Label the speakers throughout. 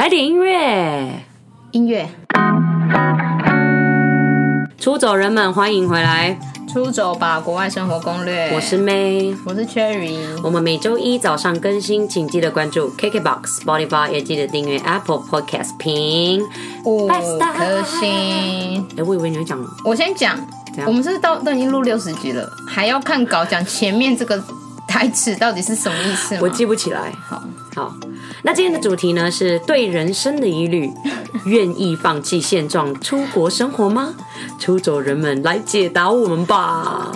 Speaker 1: 来点音乐。
Speaker 2: 音乐
Speaker 1: 出走人们，欢迎回来，
Speaker 2: 出走吧，国外生活攻略。
Speaker 1: 我是 May。
Speaker 2: 我是 Cherry，
Speaker 1: 我们每周一早上更新，请记得关注 KKBOX、Spotify，也记得订阅 Apple Podcast 评。
Speaker 2: 五
Speaker 1: 拜拜
Speaker 2: 颗星。
Speaker 1: 哎，我以为你会讲
Speaker 2: 我先讲
Speaker 1: 怎样，
Speaker 2: 我们是到都已经录六十集了，还要看稿讲前面这个台词到底是什么意思吗？
Speaker 1: 我记不起来。
Speaker 2: 好，
Speaker 1: 好，那今天的主题呢是对人生的疑虑，愿意放弃现状出国生活吗？出走人们来解答我们吧，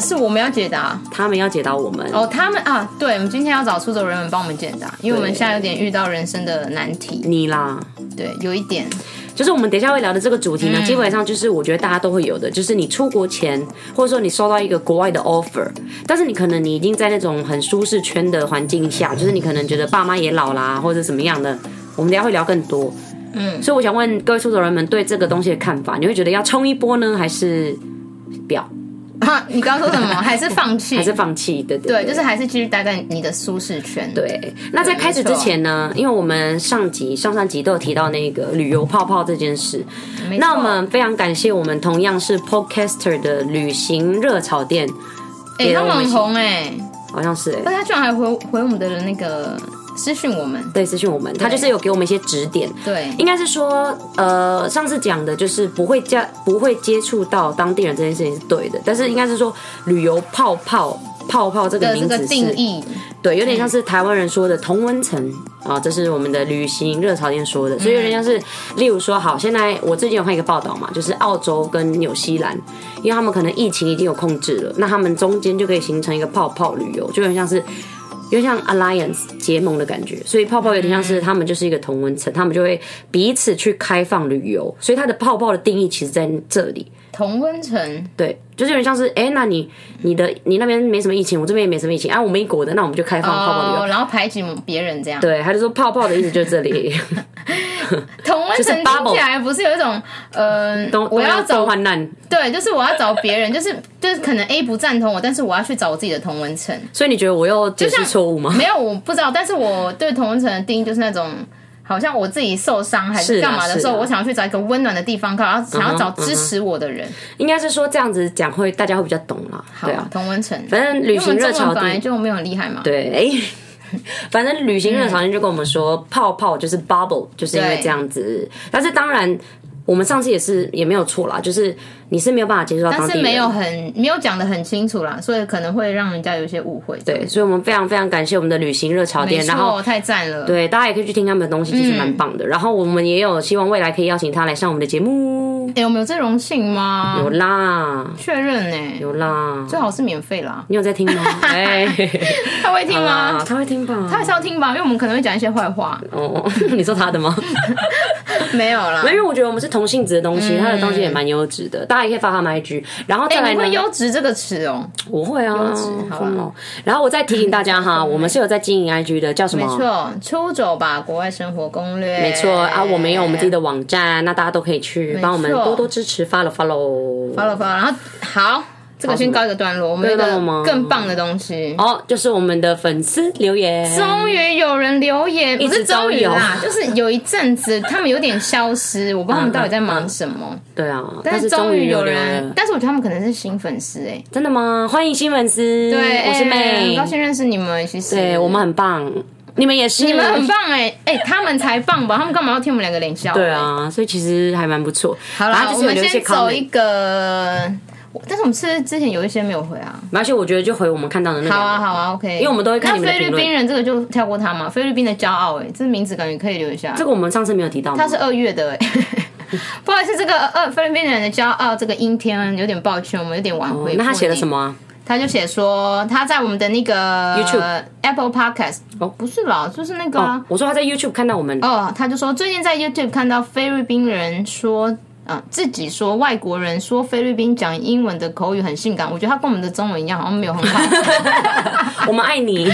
Speaker 2: 是我们要解答
Speaker 1: 他们要解答我们。
Speaker 2: 哦。他们啊，对，我们今天要找出走人们帮我们解答，因为我们
Speaker 1: 对
Speaker 2: 现在有点遇到人生的难题，
Speaker 1: 你啦，
Speaker 2: 对，有一点
Speaker 1: 就是我们等一下会聊的这个主题呢，基本上就是我觉得大家都会有的，就是你出国前，或者说你收到一个国外的 offer，但是你可能你已经在那种很舒适圈的环境下，就是你可能觉得爸妈也老啦，或者怎么样的，我们等一下会聊更多。嗯，所以我想问各位出走人们对这个东西的看法，你会觉得要冲一波呢，还是不要，
Speaker 2: 啊。你刚刚说 什么？还是放弃？
Speaker 1: 还是放弃？对对
Speaker 2: 对，就是还是继续待在你的舒适圈。对
Speaker 1: 对，那在开始之前呢，因为我们上集、上上集都有提到那个旅游泡泡这件事，那我们非常感谢我们同样是 Podcaster 的旅行热炒店，
Speaker 2: 哎、
Speaker 1: 给
Speaker 2: 他
Speaker 1: 了
Speaker 2: 们
Speaker 1: 我们
Speaker 2: 很
Speaker 1: 信
Speaker 2: 红哎、
Speaker 1: 好像是哎、
Speaker 2: 但他居然还回回我们的那个私讯我们，
Speaker 1: 对，私讯我们，他就是有给我们一些指点。
Speaker 2: 对，
Speaker 1: 应该是说，呃，上次讲的就是不会接不会接触到当地人这件事情是对的，但是应该是说旅游泡泡泡泡这个
Speaker 2: 的这
Speaker 1: 名
Speaker 2: 个
Speaker 1: 字
Speaker 2: 定
Speaker 1: 是
Speaker 2: 义，
Speaker 1: 对，有点像是台湾人说的同温层啊，这是我们的旅行热潮店说的，所以有点像是，例如说，好，现在我最近有看一个报道嘛，就是澳洲跟纽西兰，因为他们可能疫情已经有控制了，那他们中间就可以形成一个泡泡旅游，就很像是。有点像 alliance 结盟的感觉，所以泡泡有点像是他们就是一个同温层，他们就会彼此去开放旅游，所以它的泡泡的定义其实在这里。
Speaker 2: 同温层，
Speaker 1: 对，就是有点像是，哎、那你你的你那边没什么疫情，我这边也没什么疫情，啊，我们一国的，那我们就开放泡泡旅游
Speaker 2: 哦，。然后排挤别人这样，
Speaker 1: 对，他就说泡泡的意思就是这 里，
Speaker 2: 同温
Speaker 1: 就
Speaker 2: 层
Speaker 1: 是 bubble
Speaker 2: 听起来不是有一种，嗯、
Speaker 1: 东
Speaker 2: 我要
Speaker 1: 走
Speaker 2: 找
Speaker 1: 患难，
Speaker 2: 对，就是我要找别人，就是就是可能 A 不赞同我，但是我要去找我自己的同温层，
Speaker 1: 所以你觉得我又解释错误吗？
Speaker 2: 没有我不知道，但是我对同温层的定义就是那种。好像我自己受伤还
Speaker 1: 是
Speaker 2: 是
Speaker 1: 啊
Speaker 2: 干嘛的时
Speaker 1: 是
Speaker 2: 候，
Speaker 1: 啊嗯
Speaker 2: 我想要去找一个温暖的地方，然后想要找支持我的人。
Speaker 1: 应该是说这样子讲会大家会比较懂啦，
Speaker 2: 好
Speaker 1: 对啊，，
Speaker 2: 同温层。
Speaker 1: 反正旅
Speaker 2: 因为我
Speaker 1: 行
Speaker 2: 们
Speaker 1: 热
Speaker 2: 中
Speaker 1: 潮
Speaker 2: 文本来
Speaker 1: 店，
Speaker 2: 就没有很厉害嘛。
Speaker 1: 对，哎、 反正旅行热潮店就跟我们说、泡泡就是 bubble，就是因为
Speaker 2: 对
Speaker 1: 这样子，但是当然。我们上次也是也没有错啦，就是你是没有办法接触到当地
Speaker 2: 但
Speaker 1: 人，
Speaker 2: 是没有很没有讲的很清楚啦，所以可能会让人家有一些误会。
Speaker 1: 对，所以我们非常非常感谢我们的旅行热潮
Speaker 2: 没
Speaker 1: 店，然后
Speaker 2: 错，嗯太赞了。
Speaker 1: 对大家也可以去听他们的东西，其实蛮棒的。然后我们也有希望未来可以邀请他来上我们的节目，
Speaker 2: 哎、我们有这荣幸吗？
Speaker 1: 有啦，
Speaker 2: 确认呢、
Speaker 1: 有啦，
Speaker 2: 最好是免费啦。
Speaker 1: 你有在听 吗？哎，
Speaker 2: 他会听
Speaker 1: 啊，
Speaker 2: 吗？
Speaker 1: 他会听吧？
Speaker 2: 他还是要听吧，因为我们可能会讲一些坏话。
Speaker 1: 哦， 你说他的 吗？
Speaker 2: 没有啦
Speaker 1: 没，有因为我觉得我们是同性质的东
Speaker 2: 嗯
Speaker 1: 西，他的东西也蛮优质的，大家也可以发他们 IG，然后再
Speaker 2: 哎、
Speaker 1: 来
Speaker 2: 你
Speaker 1: 呢
Speaker 2: 会，优质这个词哦、
Speaker 1: 我会啊，
Speaker 2: 质好啊
Speaker 1: 疯了。然后我再提醒大家 哈，我们是有在经营 IG 的，叫什
Speaker 2: 没
Speaker 1: 么？
Speaker 2: 错，出走吧，国外生活攻略。
Speaker 1: 哦没错啊，我们有我们自己的网站，那大家都可以去帮我们
Speaker 2: 没错
Speaker 1: 多多支持，follow follow。
Speaker 2: follow follow。然后好，这个先告一个段落，我们有一
Speaker 1: 告一个段落
Speaker 2: 个
Speaker 1: 吗
Speaker 2: 更棒的东西。
Speaker 1: 哦，就是我们的粉丝留言，
Speaker 2: 终于有人留言，不
Speaker 1: 直
Speaker 2: 是终于
Speaker 1: 都有
Speaker 2: 啦， 就是有一阵子他们有点消失，我不知道他们到底在忙什 么。
Speaker 1: 对啊，
Speaker 2: 但
Speaker 1: 是
Speaker 2: 是
Speaker 1: 终
Speaker 2: 终于有
Speaker 1: 留
Speaker 2: 人
Speaker 1: 了，，
Speaker 2: 但是我觉得他们可能是新粉丝哎、
Speaker 1: 真的吗？欢迎新粉丝，
Speaker 2: 对，
Speaker 1: 嗯我是
Speaker 2: 哎很
Speaker 1: 妹
Speaker 2: 高，兴认识你们。其实
Speaker 1: 对我们很棒，你们也是，
Speaker 2: 你们很棒哎、哎、他们才棒吧？他们干嘛要听我们两个脸笑？
Speaker 1: 对，啊，所以其实还蛮不错。
Speaker 2: 好
Speaker 1: 反
Speaker 2: 啦，
Speaker 1: 正就
Speaker 2: 我
Speaker 1: 是有
Speaker 2: 们
Speaker 1: 留一些
Speaker 2: 先走
Speaker 1: comment，
Speaker 2: 一个，我但是我们是之前有一些没有回啊。
Speaker 1: 而且我觉得就回我们看到的那个。
Speaker 2: 好啊，好啊，OK。因
Speaker 1: 为我们都会看你们的
Speaker 2: 菲律
Speaker 1: 评论
Speaker 2: 宾人这个就跳过他嘛，菲律宾的骄傲哎、这名字感觉可以留一下。
Speaker 1: 这个我们上次没有提到吗
Speaker 2: 他？是二月的、欸， 不好意思，这个呃菲律宾人的骄傲，这个阴天有点抱歉，我们有点晚回、
Speaker 1: 那他写了什
Speaker 2: 么？
Speaker 1: 么啊？
Speaker 2: 他就写说他在我们的那个
Speaker 1: YouTube
Speaker 2: Apple Podcast
Speaker 1: 哦
Speaker 2: 不是啦，就是那个啊、
Speaker 1: 我说他在 YouTube 看到我们，
Speaker 2: 哦，他就说最近在 YouTube 看到菲律宾人说。嗯、自己说外国人说菲律宾讲英文的口语很性感，我觉得他跟我们的中文一样，好像没有很好。
Speaker 1: 我们爱你。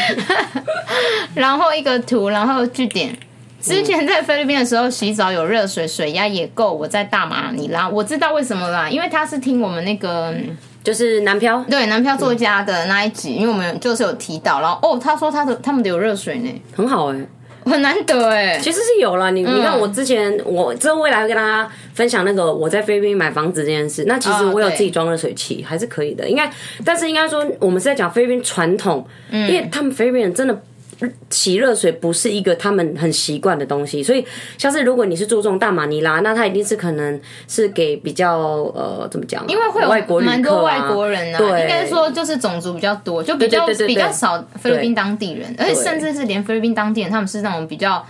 Speaker 2: 然后一个图，然后据点。之前在菲律宾的时候，洗澡有热水，水压也够。我在大马尼拉，我知道为什么啦，因为他是听我们那个嗯
Speaker 1: 就是男票，
Speaker 2: 对男票作家的那一集，因为我们就是有提到，然后哦，他说他的他们的有热水呢，
Speaker 1: 很好哎、
Speaker 2: 很难得哎。
Speaker 1: 其实是有啦，你你看我之前，我之后未来会跟大家分享那个我在菲律宾买房子这件事。那其实
Speaker 2: 哦
Speaker 1: 我有
Speaker 2: 对
Speaker 1: 自己装热水器，还是可以的。应
Speaker 2: 哦
Speaker 1: 该，但是应该说我们是在讲菲律宾传统，
Speaker 2: 嗯
Speaker 1: 因为他们菲律宾人真的。洗热水不是一个他们很习惯的东西，所以像是如果你是注重大马尼拉，那它一定是可能是给比较呃怎么讲啊、
Speaker 2: 因为会
Speaker 1: 外国
Speaker 2: 有
Speaker 1: 旅客、啊、
Speaker 2: 蛮多外国人啊，
Speaker 1: 对
Speaker 2: 应该说就是种族比较多，就比较
Speaker 1: 对对对对
Speaker 2: 比较少菲律宾当地人，而且甚至是连菲律宾当地人，他们是那种比较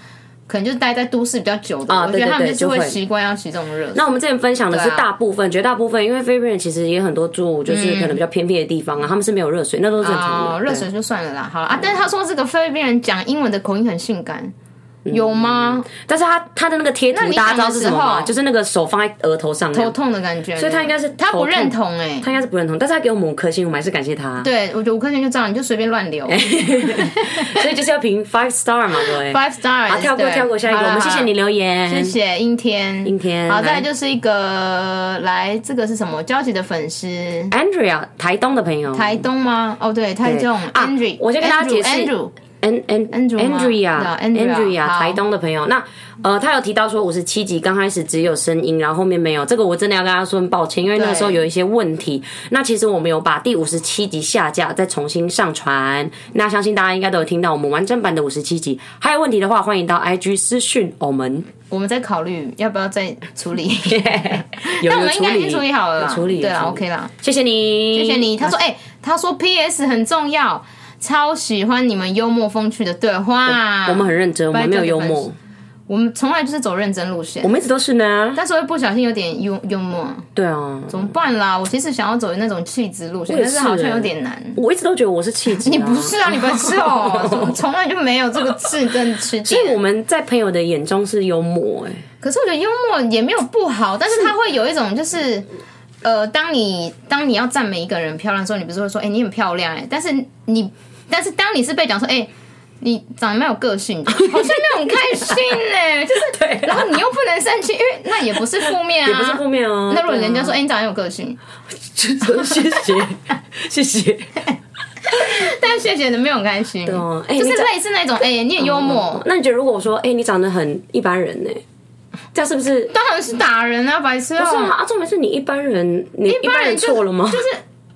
Speaker 2: 可能就待在都市比较久的，
Speaker 1: 啊
Speaker 2: 我觉
Speaker 1: 对
Speaker 2: 得
Speaker 1: 对
Speaker 2: 他们
Speaker 1: 对
Speaker 2: 就是
Speaker 1: 就
Speaker 2: 会
Speaker 1: 会
Speaker 2: 习惯要洗这种热水。
Speaker 1: 那我们之前分享的是
Speaker 2: 对啊
Speaker 1: 大部分、绝大部分，因为菲律宾人其实也很多住就是可能比较偏僻的地方啊，他们是没有热水，那都是正常的。
Speaker 2: 嗯哦，热水就算了啦，好了啊。但是他说这个菲律宾人讲英文的口音很性感，
Speaker 1: 嗯
Speaker 2: 有吗？
Speaker 1: 对，但是他他的那个贴图
Speaker 2: 你
Speaker 1: 大家知道
Speaker 2: 讲的
Speaker 1: 是什么
Speaker 2: 时
Speaker 1: 吗？
Speaker 2: 候
Speaker 1: 就是那个手放在额头上那
Speaker 2: 头
Speaker 1: 样，
Speaker 2: 痛的感觉，所
Speaker 1: 以他应该是
Speaker 2: 他不
Speaker 1: 头痛
Speaker 2: 认同哎。
Speaker 1: 他应该是不认同，但是他给我们五颗星，我们还是感谢他。
Speaker 2: 对，我觉得五颗星就这样，你就随便 乱留
Speaker 1: 所以就是要评 five star 嘛，各位。
Speaker 2: ，five star。
Speaker 1: 好，跳过
Speaker 2: 对
Speaker 1: 跳过下一个，
Speaker 2: 好
Speaker 1: 我
Speaker 2: 啦
Speaker 1: 们谢谢你留言，
Speaker 2: 谢谢阴天，
Speaker 1: 阴天
Speaker 2: 好，
Speaker 1: 来
Speaker 2: 再来就是一个来，这个是什么？焦急的粉丝，
Speaker 1: Andrea，台东的朋友。
Speaker 2: 台东吗？哦，对，台中
Speaker 1: 对啊
Speaker 2: Andrew，
Speaker 1: 我先跟大家解释
Speaker 2: Andrew，Andrew，
Speaker 1: An An
Speaker 2: Andrew 吗
Speaker 1: ，Andrea
Speaker 2: 对，Andrea，好
Speaker 1: 台东的朋友，那呃，他有提到说五十七集刚开始只有声音，然后后面没有，这个我真的要跟他说抱歉，因为那个时候有一些问题。那其实我们有把第五十七集下架，再重新上传。那相信大家应该都有听到我们完整版的五十七集。还有问题的话，欢迎到 IG 私讯我 们。
Speaker 2: 我们在考虑要不要再 处理，
Speaker 1: 有有
Speaker 2: 但我们应该已经处理好了啦，
Speaker 1: 有处理
Speaker 2: 对
Speaker 1: 有
Speaker 2: 啦
Speaker 1: 处理
Speaker 2: ，OK 啦，
Speaker 1: 谢谢你，
Speaker 2: 谢谢你。他说，哎，他说 PS 很重要，超喜欢你们幽默风趣的对话，
Speaker 1: 我们很认真，我们没有幽默，
Speaker 2: 我们从来就是走认真路线
Speaker 1: 我，们一直都是呢。
Speaker 2: 但是会不小心有点幽幽默，
Speaker 1: 对啊，
Speaker 2: 怎么办啦？我其实想要走那种气质路线，
Speaker 1: 也
Speaker 2: 但是好
Speaker 1: 是
Speaker 2: 像
Speaker 1: 欸
Speaker 2: 有点难。
Speaker 1: 我一直都觉得我是气质、啊，
Speaker 2: 你不是啊，你白痴 哦、怎么从来就没有这个字跟吃
Speaker 1: 所以
Speaker 2: 点。
Speaker 1: 我们在朋友的眼中是幽默、 哎，
Speaker 2: 可是我觉得幽默也没有不好，但是它会有一种就是，呃，当你当你要赞美一个人漂亮的时候，你不是会说，哎、你很漂亮、哎，但是你，但是当你是被讲说，哎、你长得蛮有个性的，好像没有很开心哎、就是，
Speaker 1: 对啊
Speaker 2: 然后你又不能生气，因为那也不是负面啊，
Speaker 1: 也不是负面哦、
Speaker 2: 那如果人 家说，哎、你长得很有个性，
Speaker 1: 说谢 谢谢谢，
Speaker 2: 但谢谢的没有很开心，
Speaker 1: 哦哎
Speaker 2: 就是
Speaker 1: 你长
Speaker 2: 类似那种，哎、你很幽默，
Speaker 1: 那你觉得如果我说，哎、你长得很一般人呢、这样是不是？
Speaker 2: 当然是打人啊，白痴哦、
Speaker 1: 不是啊，啊重点是你一般人，你 一般人错了吗？
Speaker 2: 就是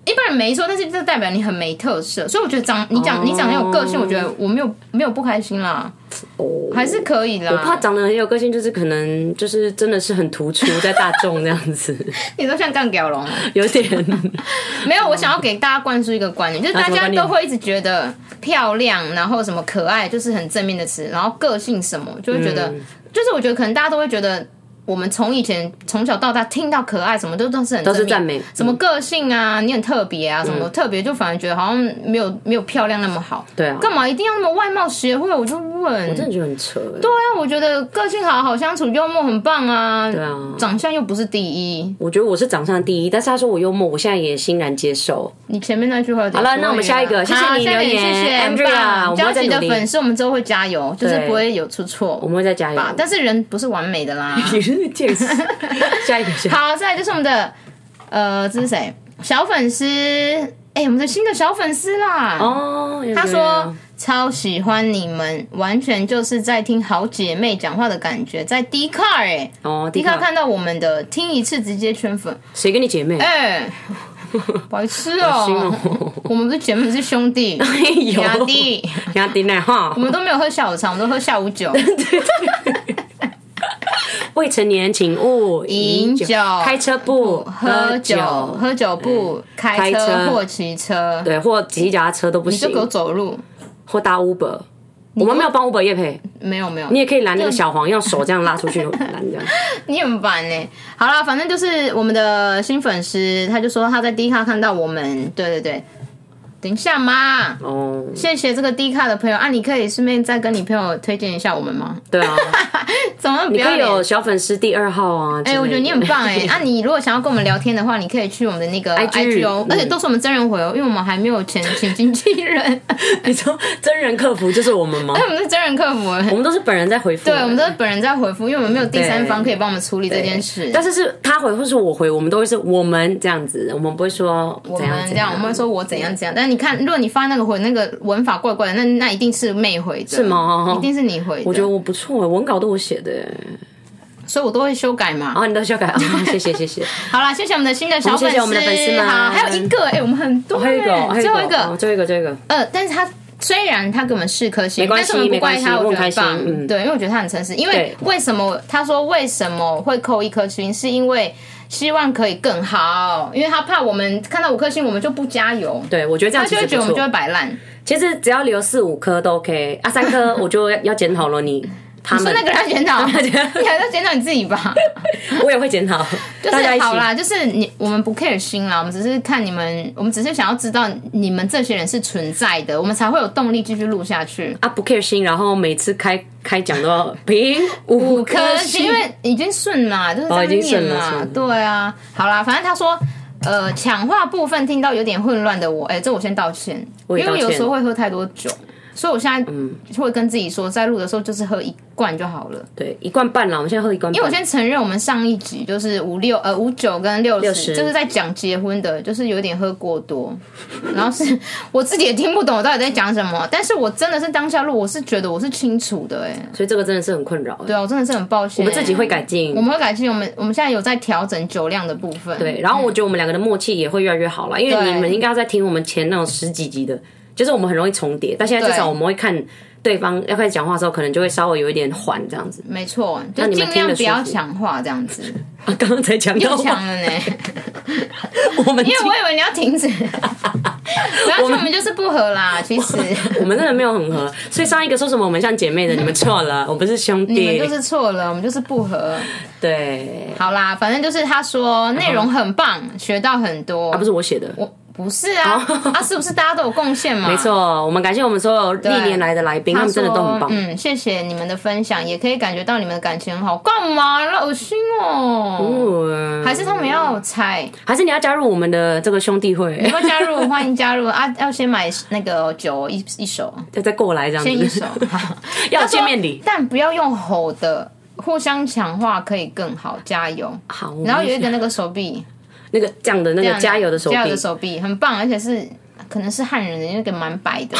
Speaker 2: 一般人没错，但是这代表你很没特色，所以我觉得长你讲你长得有个性，我觉得我没有没有不开心啦，
Speaker 1: 哦
Speaker 2: 还是可以啦。
Speaker 1: 我 怕长得很有个性，就是可能就是真的是很突出在大众这样子，
Speaker 2: 你都像干屌龙，
Speaker 1: 有点
Speaker 2: 没有，我想要给大家灌输一个观念，就是大
Speaker 1: 什么
Speaker 2: 家
Speaker 1: 观念
Speaker 2: 都会一直觉得漂亮，然后什么可爱，就是很正面的词，然后个性什么，就会觉
Speaker 1: 嗯
Speaker 2: 得，就是我觉得可能大家都会觉得。我们从以前从小到大听到可爱什么都都是很
Speaker 1: 都是
Speaker 2: 正
Speaker 1: 赞
Speaker 2: 面
Speaker 1: 美嗯
Speaker 2: 什么个性啊，你很特别啊，什么特别就反而觉得好像没有没有漂亮那么好，
Speaker 1: 对啊，
Speaker 2: 干嘛一定要那么外貌协会？我就问，
Speaker 1: 真的觉得很扯、哎
Speaker 2: 对啊，我觉得个性好好相处，幽默很棒啊，对
Speaker 1: 啊
Speaker 2: 长相又不是第一。
Speaker 1: 我觉得我是长相第一，但是他说我幽默，我现在也欣然接受。
Speaker 2: 你前面那句话有点
Speaker 1: 好了
Speaker 2: 多余啊
Speaker 1: 那我们下一个谢谢
Speaker 2: 好
Speaker 1: 你
Speaker 2: 下一个
Speaker 1: 留言
Speaker 2: 谢谢
Speaker 1: Andrea，
Speaker 2: 棒
Speaker 1: 我们
Speaker 2: 焦
Speaker 1: 会再
Speaker 2: 急的
Speaker 1: 努力
Speaker 2: 粉丝，我们之后会加油，就是
Speaker 1: 对
Speaker 2: 不会有出错。
Speaker 1: 我们会再加油。
Speaker 2: 啊但是人不是完美的啦。
Speaker 1: 你是贱 死，下一个下一个。
Speaker 2: 好，再来就是我们的呃，这是谁？小粉丝，哎、我们的新的小粉丝啦。
Speaker 1: 哦，有
Speaker 2: 他
Speaker 1: 有有
Speaker 2: 说超喜欢你们，完全就是在听好姐妹讲话的感觉，在 D car 哎、
Speaker 1: 哦，
Speaker 2: 迪
Speaker 1: 迪
Speaker 2: 卡
Speaker 1: 卡，
Speaker 2: 看到我们的，听一次直接圈粉，
Speaker 1: 谁跟你姐妹？
Speaker 2: 哎、白痴哦、
Speaker 1: 心哦
Speaker 2: 我们不是姐妹，是兄弟，
Speaker 1: 有
Speaker 2: 雅弟，
Speaker 1: 雅迪呢？哈
Speaker 2: 我，们都没有喝下午茶，我们都喝下午酒。
Speaker 1: 未成年请勿
Speaker 2: 饮酒
Speaker 1: 开车不喝
Speaker 2: 喝酒，喝酒不开
Speaker 1: 开
Speaker 2: 车
Speaker 1: 车
Speaker 2: 或骑车，
Speaker 1: 对，或骑脚踏车都不
Speaker 2: 你就
Speaker 1: 行
Speaker 2: 给，我走路。
Speaker 1: 或搭 Uber。我们没有帮 Uber 叶配，
Speaker 2: 没有没有，
Speaker 1: 你
Speaker 2: 你
Speaker 1: 也可以拦那个小黄，用手这样拉出去拦这样。
Speaker 2: 你很烦呢、欸好啦，反正就是我们的新粉丝，他就说他在 D 卡看到我们，对对对。等一下嘛，
Speaker 1: 哦，
Speaker 2: 谢谢这个 D 卡的朋友啊，你可以顺便再跟你朋友推荐一下我们吗？
Speaker 1: 对啊，
Speaker 2: 怎么那么 不
Speaker 1: 你
Speaker 2: 要
Speaker 1: 可以
Speaker 2: 脸？
Speaker 1: 有小粉丝第二号啊。
Speaker 2: 哎、
Speaker 1: 之类的
Speaker 2: 我觉得你很棒哎、 啊，你如果想要跟我们聊天的话，你可以去我们的那个
Speaker 1: IG
Speaker 2: IG 哦，而且都是我们真人回哦，因为我们还没有请请经纪人，
Speaker 1: 你说真人客服就是我们吗
Speaker 2: 哎，？我们是真人客服哎，
Speaker 1: 我们都是本人在回复的，
Speaker 2: 对，我们都是本人在回复，因为我们没有第三方
Speaker 1: 对
Speaker 2: 可以帮我们处理这
Speaker 1: 对
Speaker 2: 件事。
Speaker 1: 但是是他回或是我回，我们都会是我们这样子，我们不会说
Speaker 2: 我
Speaker 1: 怎样
Speaker 2: 们
Speaker 1: 怎
Speaker 2: 这样，我们会说我怎样怎样，但你看，如果你发那个回那个文法怪怪的，那那一定是妹回的，是
Speaker 1: 吗
Speaker 2: 一定是你回的，
Speaker 1: 我觉得我不错欸，文稿都我写的欸，
Speaker 2: 所以我都会修改嘛。
Speaker 1: 然后你都修改，哦谢谢谢 谢。
Speaker 2: 好啦，谢谢我们的新的小
Speaker 1: 我们
Speaker 2: 粉
Speaker 1: 谢
Speaker 2: 丝，
Speaker 1: 谢我们的粉丝们
Speaker 2: 好，还有一个，哎、我们很多、
Speaker 1: 还有一个哦，
Speaker 2: 哎
Speaker 1: 还
Speaker 2: 最
Speaker 1: 有
Speaker 2: 后一个
Speaker 1: 哦，最后一个，最后一个。
Speaker 2: 呃，但是他虽然他给我们四颗星，
Speaker 1: 关
Speaker 2: 但
Speaker 1: 系
Speaker 2: 是我们不怪他，
Speaker 1: 没关系
Speaker 2: 我觉得很
Speaker 1: 我
Speaker 2: 棒
Speaker 1: 很开心。嗯
Speaker 2: 对，因为我觉得他很诚实。因为
Speaker 1: 对
Speaker 2: 为什么他说为什么会扣一颗星，是因为希望可以更好，因为他怕我们看到五颗星，我们就不加油，
Speaker 1: 对，我觉得这样
Speaker 2: 他
Speaker 1: 其
Speaker 2: 就会觉
Speaker 1: 实
Speaker 2: 得
Speaker 1: 不
Speaker 2: 我们就
Speaker 1: 错
Speaker 2: 会。摆烂。
Speaker 1: 其实只要留四五颗都 OK，啊，三颗我就要检讨了你。他
Speaker 2: 说
Speaker 1: 们
Speaker 2: 那个人要 检讨， 你还是要检讨你自己吧。
Speaker 1: 我也会检 讨，
Speaker 2: 就
Speaker 1: 大家一
Speaker 2: 是
Speaker 1: 起
Speaker 2: 好啦，就是你我们不 care 心啦，我们只是看你们，我们只是想要知道你们这些人是存在的，我们才会有动力继续录下去。
Speaker 1: 啊，不 care 心，然后每次开开奖都要评五
Speaker 2: 五颗星，因为已经顺嘛，就是在
Speaker 1: 哦已经
Speaker 2: 念
Speaker 1: 顺了
Speaker 2: 嘛，
Speaker 1: 顺了
Speaker 2: 对啊，好啦，反正他说。呃，抢话部分听到有点混乱的我，哎、这我先道歉，
Speaker 1: 也
Speaker 2: 因为
Speaker 1: 道歉嗯
Speaker 2: 有时候会喝太多酒，所以我现在会跟自己说，在录的时候就是喝一罐就好了。
Speaker 1: 对，一罐半了，我们现在喝一罐半。因
Speaker 2: 我先承认，我们上一集就是五六呃五九跟六十，
Speaker 1: 十
Speaker 2: 就是在讲结婚的，就是有点喝过多， 然后是我自己也听不懂我到底在讲什么，但是我真的是当下录，我是觉得我是清楚的哎、
Speaker 1: 所以这个真的是很困扰。对
Speaker 2: 对啊，我真的是很抱
Speaker 1: 我
Speaker 2: 歉、
Speaker 1: 们自己会改进
Speaker 2: 我们会改进，我们我们现在有在调整酒量的部分，
Speaker 1: 对，然后我觉得我们两个的默契也会越来越好了，因为
Speaker 2: 嗯对
Speaker 1: 你们应该要在听我们前那种十几集的，就是我们很容易重叠，但现在至少我们会看对方要开始讲话的时候，可能就会稍微有一点缓这样子。
Speaker 2: 没错，就
Speaker 1: 那你们
Speaker 2: 尽量
Speaker 1: 听得
Speaker 2: 不要
Speaker 1: 舒服
Speaker 2: 讲话这样 子，
Speaker 1: 啊，刚刚才讲到
Speaker 2: 又
Speaker 1: 话
Speaker 2: 抢了呢，
Speaker 1: 我们
Speaker 2: 因为
Speaker 1: 今
Speaker 2: 我以为你要 停止，然后我们就是不合啦，其 实。
Speaker 1: 我们真的没有很合，所以上一个说什么我们像姐妹的，你们错了，我们是兄
Speaker 2: 你们
Speaker 1: 弟
Speaker 2: 就。是错了，我们就是不合。
Speaker 1: 对，
Speaker 2: 好啦，反正就是他说内容很棒，学到很多。
Speaker 1: 啊，不是我写的，
Speaker 2: 我不是啊，啊，是不是大家都有贡献嘛？
Speaker 1: 没。错。我们感谢我们所有历年来的来宾，他们真的都很棒。
Speaker 2: 嗯，谢谢你们的分享，也可以感觉到你们的感情很好。干嘛啦？恶心哦！
Speaker 1: 嗯，
Speaker 2: 还是他们要猜？
Speaker 1: 还是你要加入我们的这个兄弟会，
Speaker 2: 要加入，欢迎加入啊！要先买那个酒一一手，
Speaker 1: 再再过来这样
Speaker 2: 先一
Speaker 1: 子，
Speaker 2: 手。
Speaker 1: 要有
Speaker 2: 他说
Speaker 1: 见面礼。
Speaker 2: 但不要用吼的，互相强化可以更好，加油。
Speaker 1: 好，我们
Speaker 2: 然后有一个那个手 臂，
Speaker 1: 那个这样的那个加油的手臂
Speaker 2: 加，油的手臂很棒，而且是可能是汉人的，那个蛮白 的，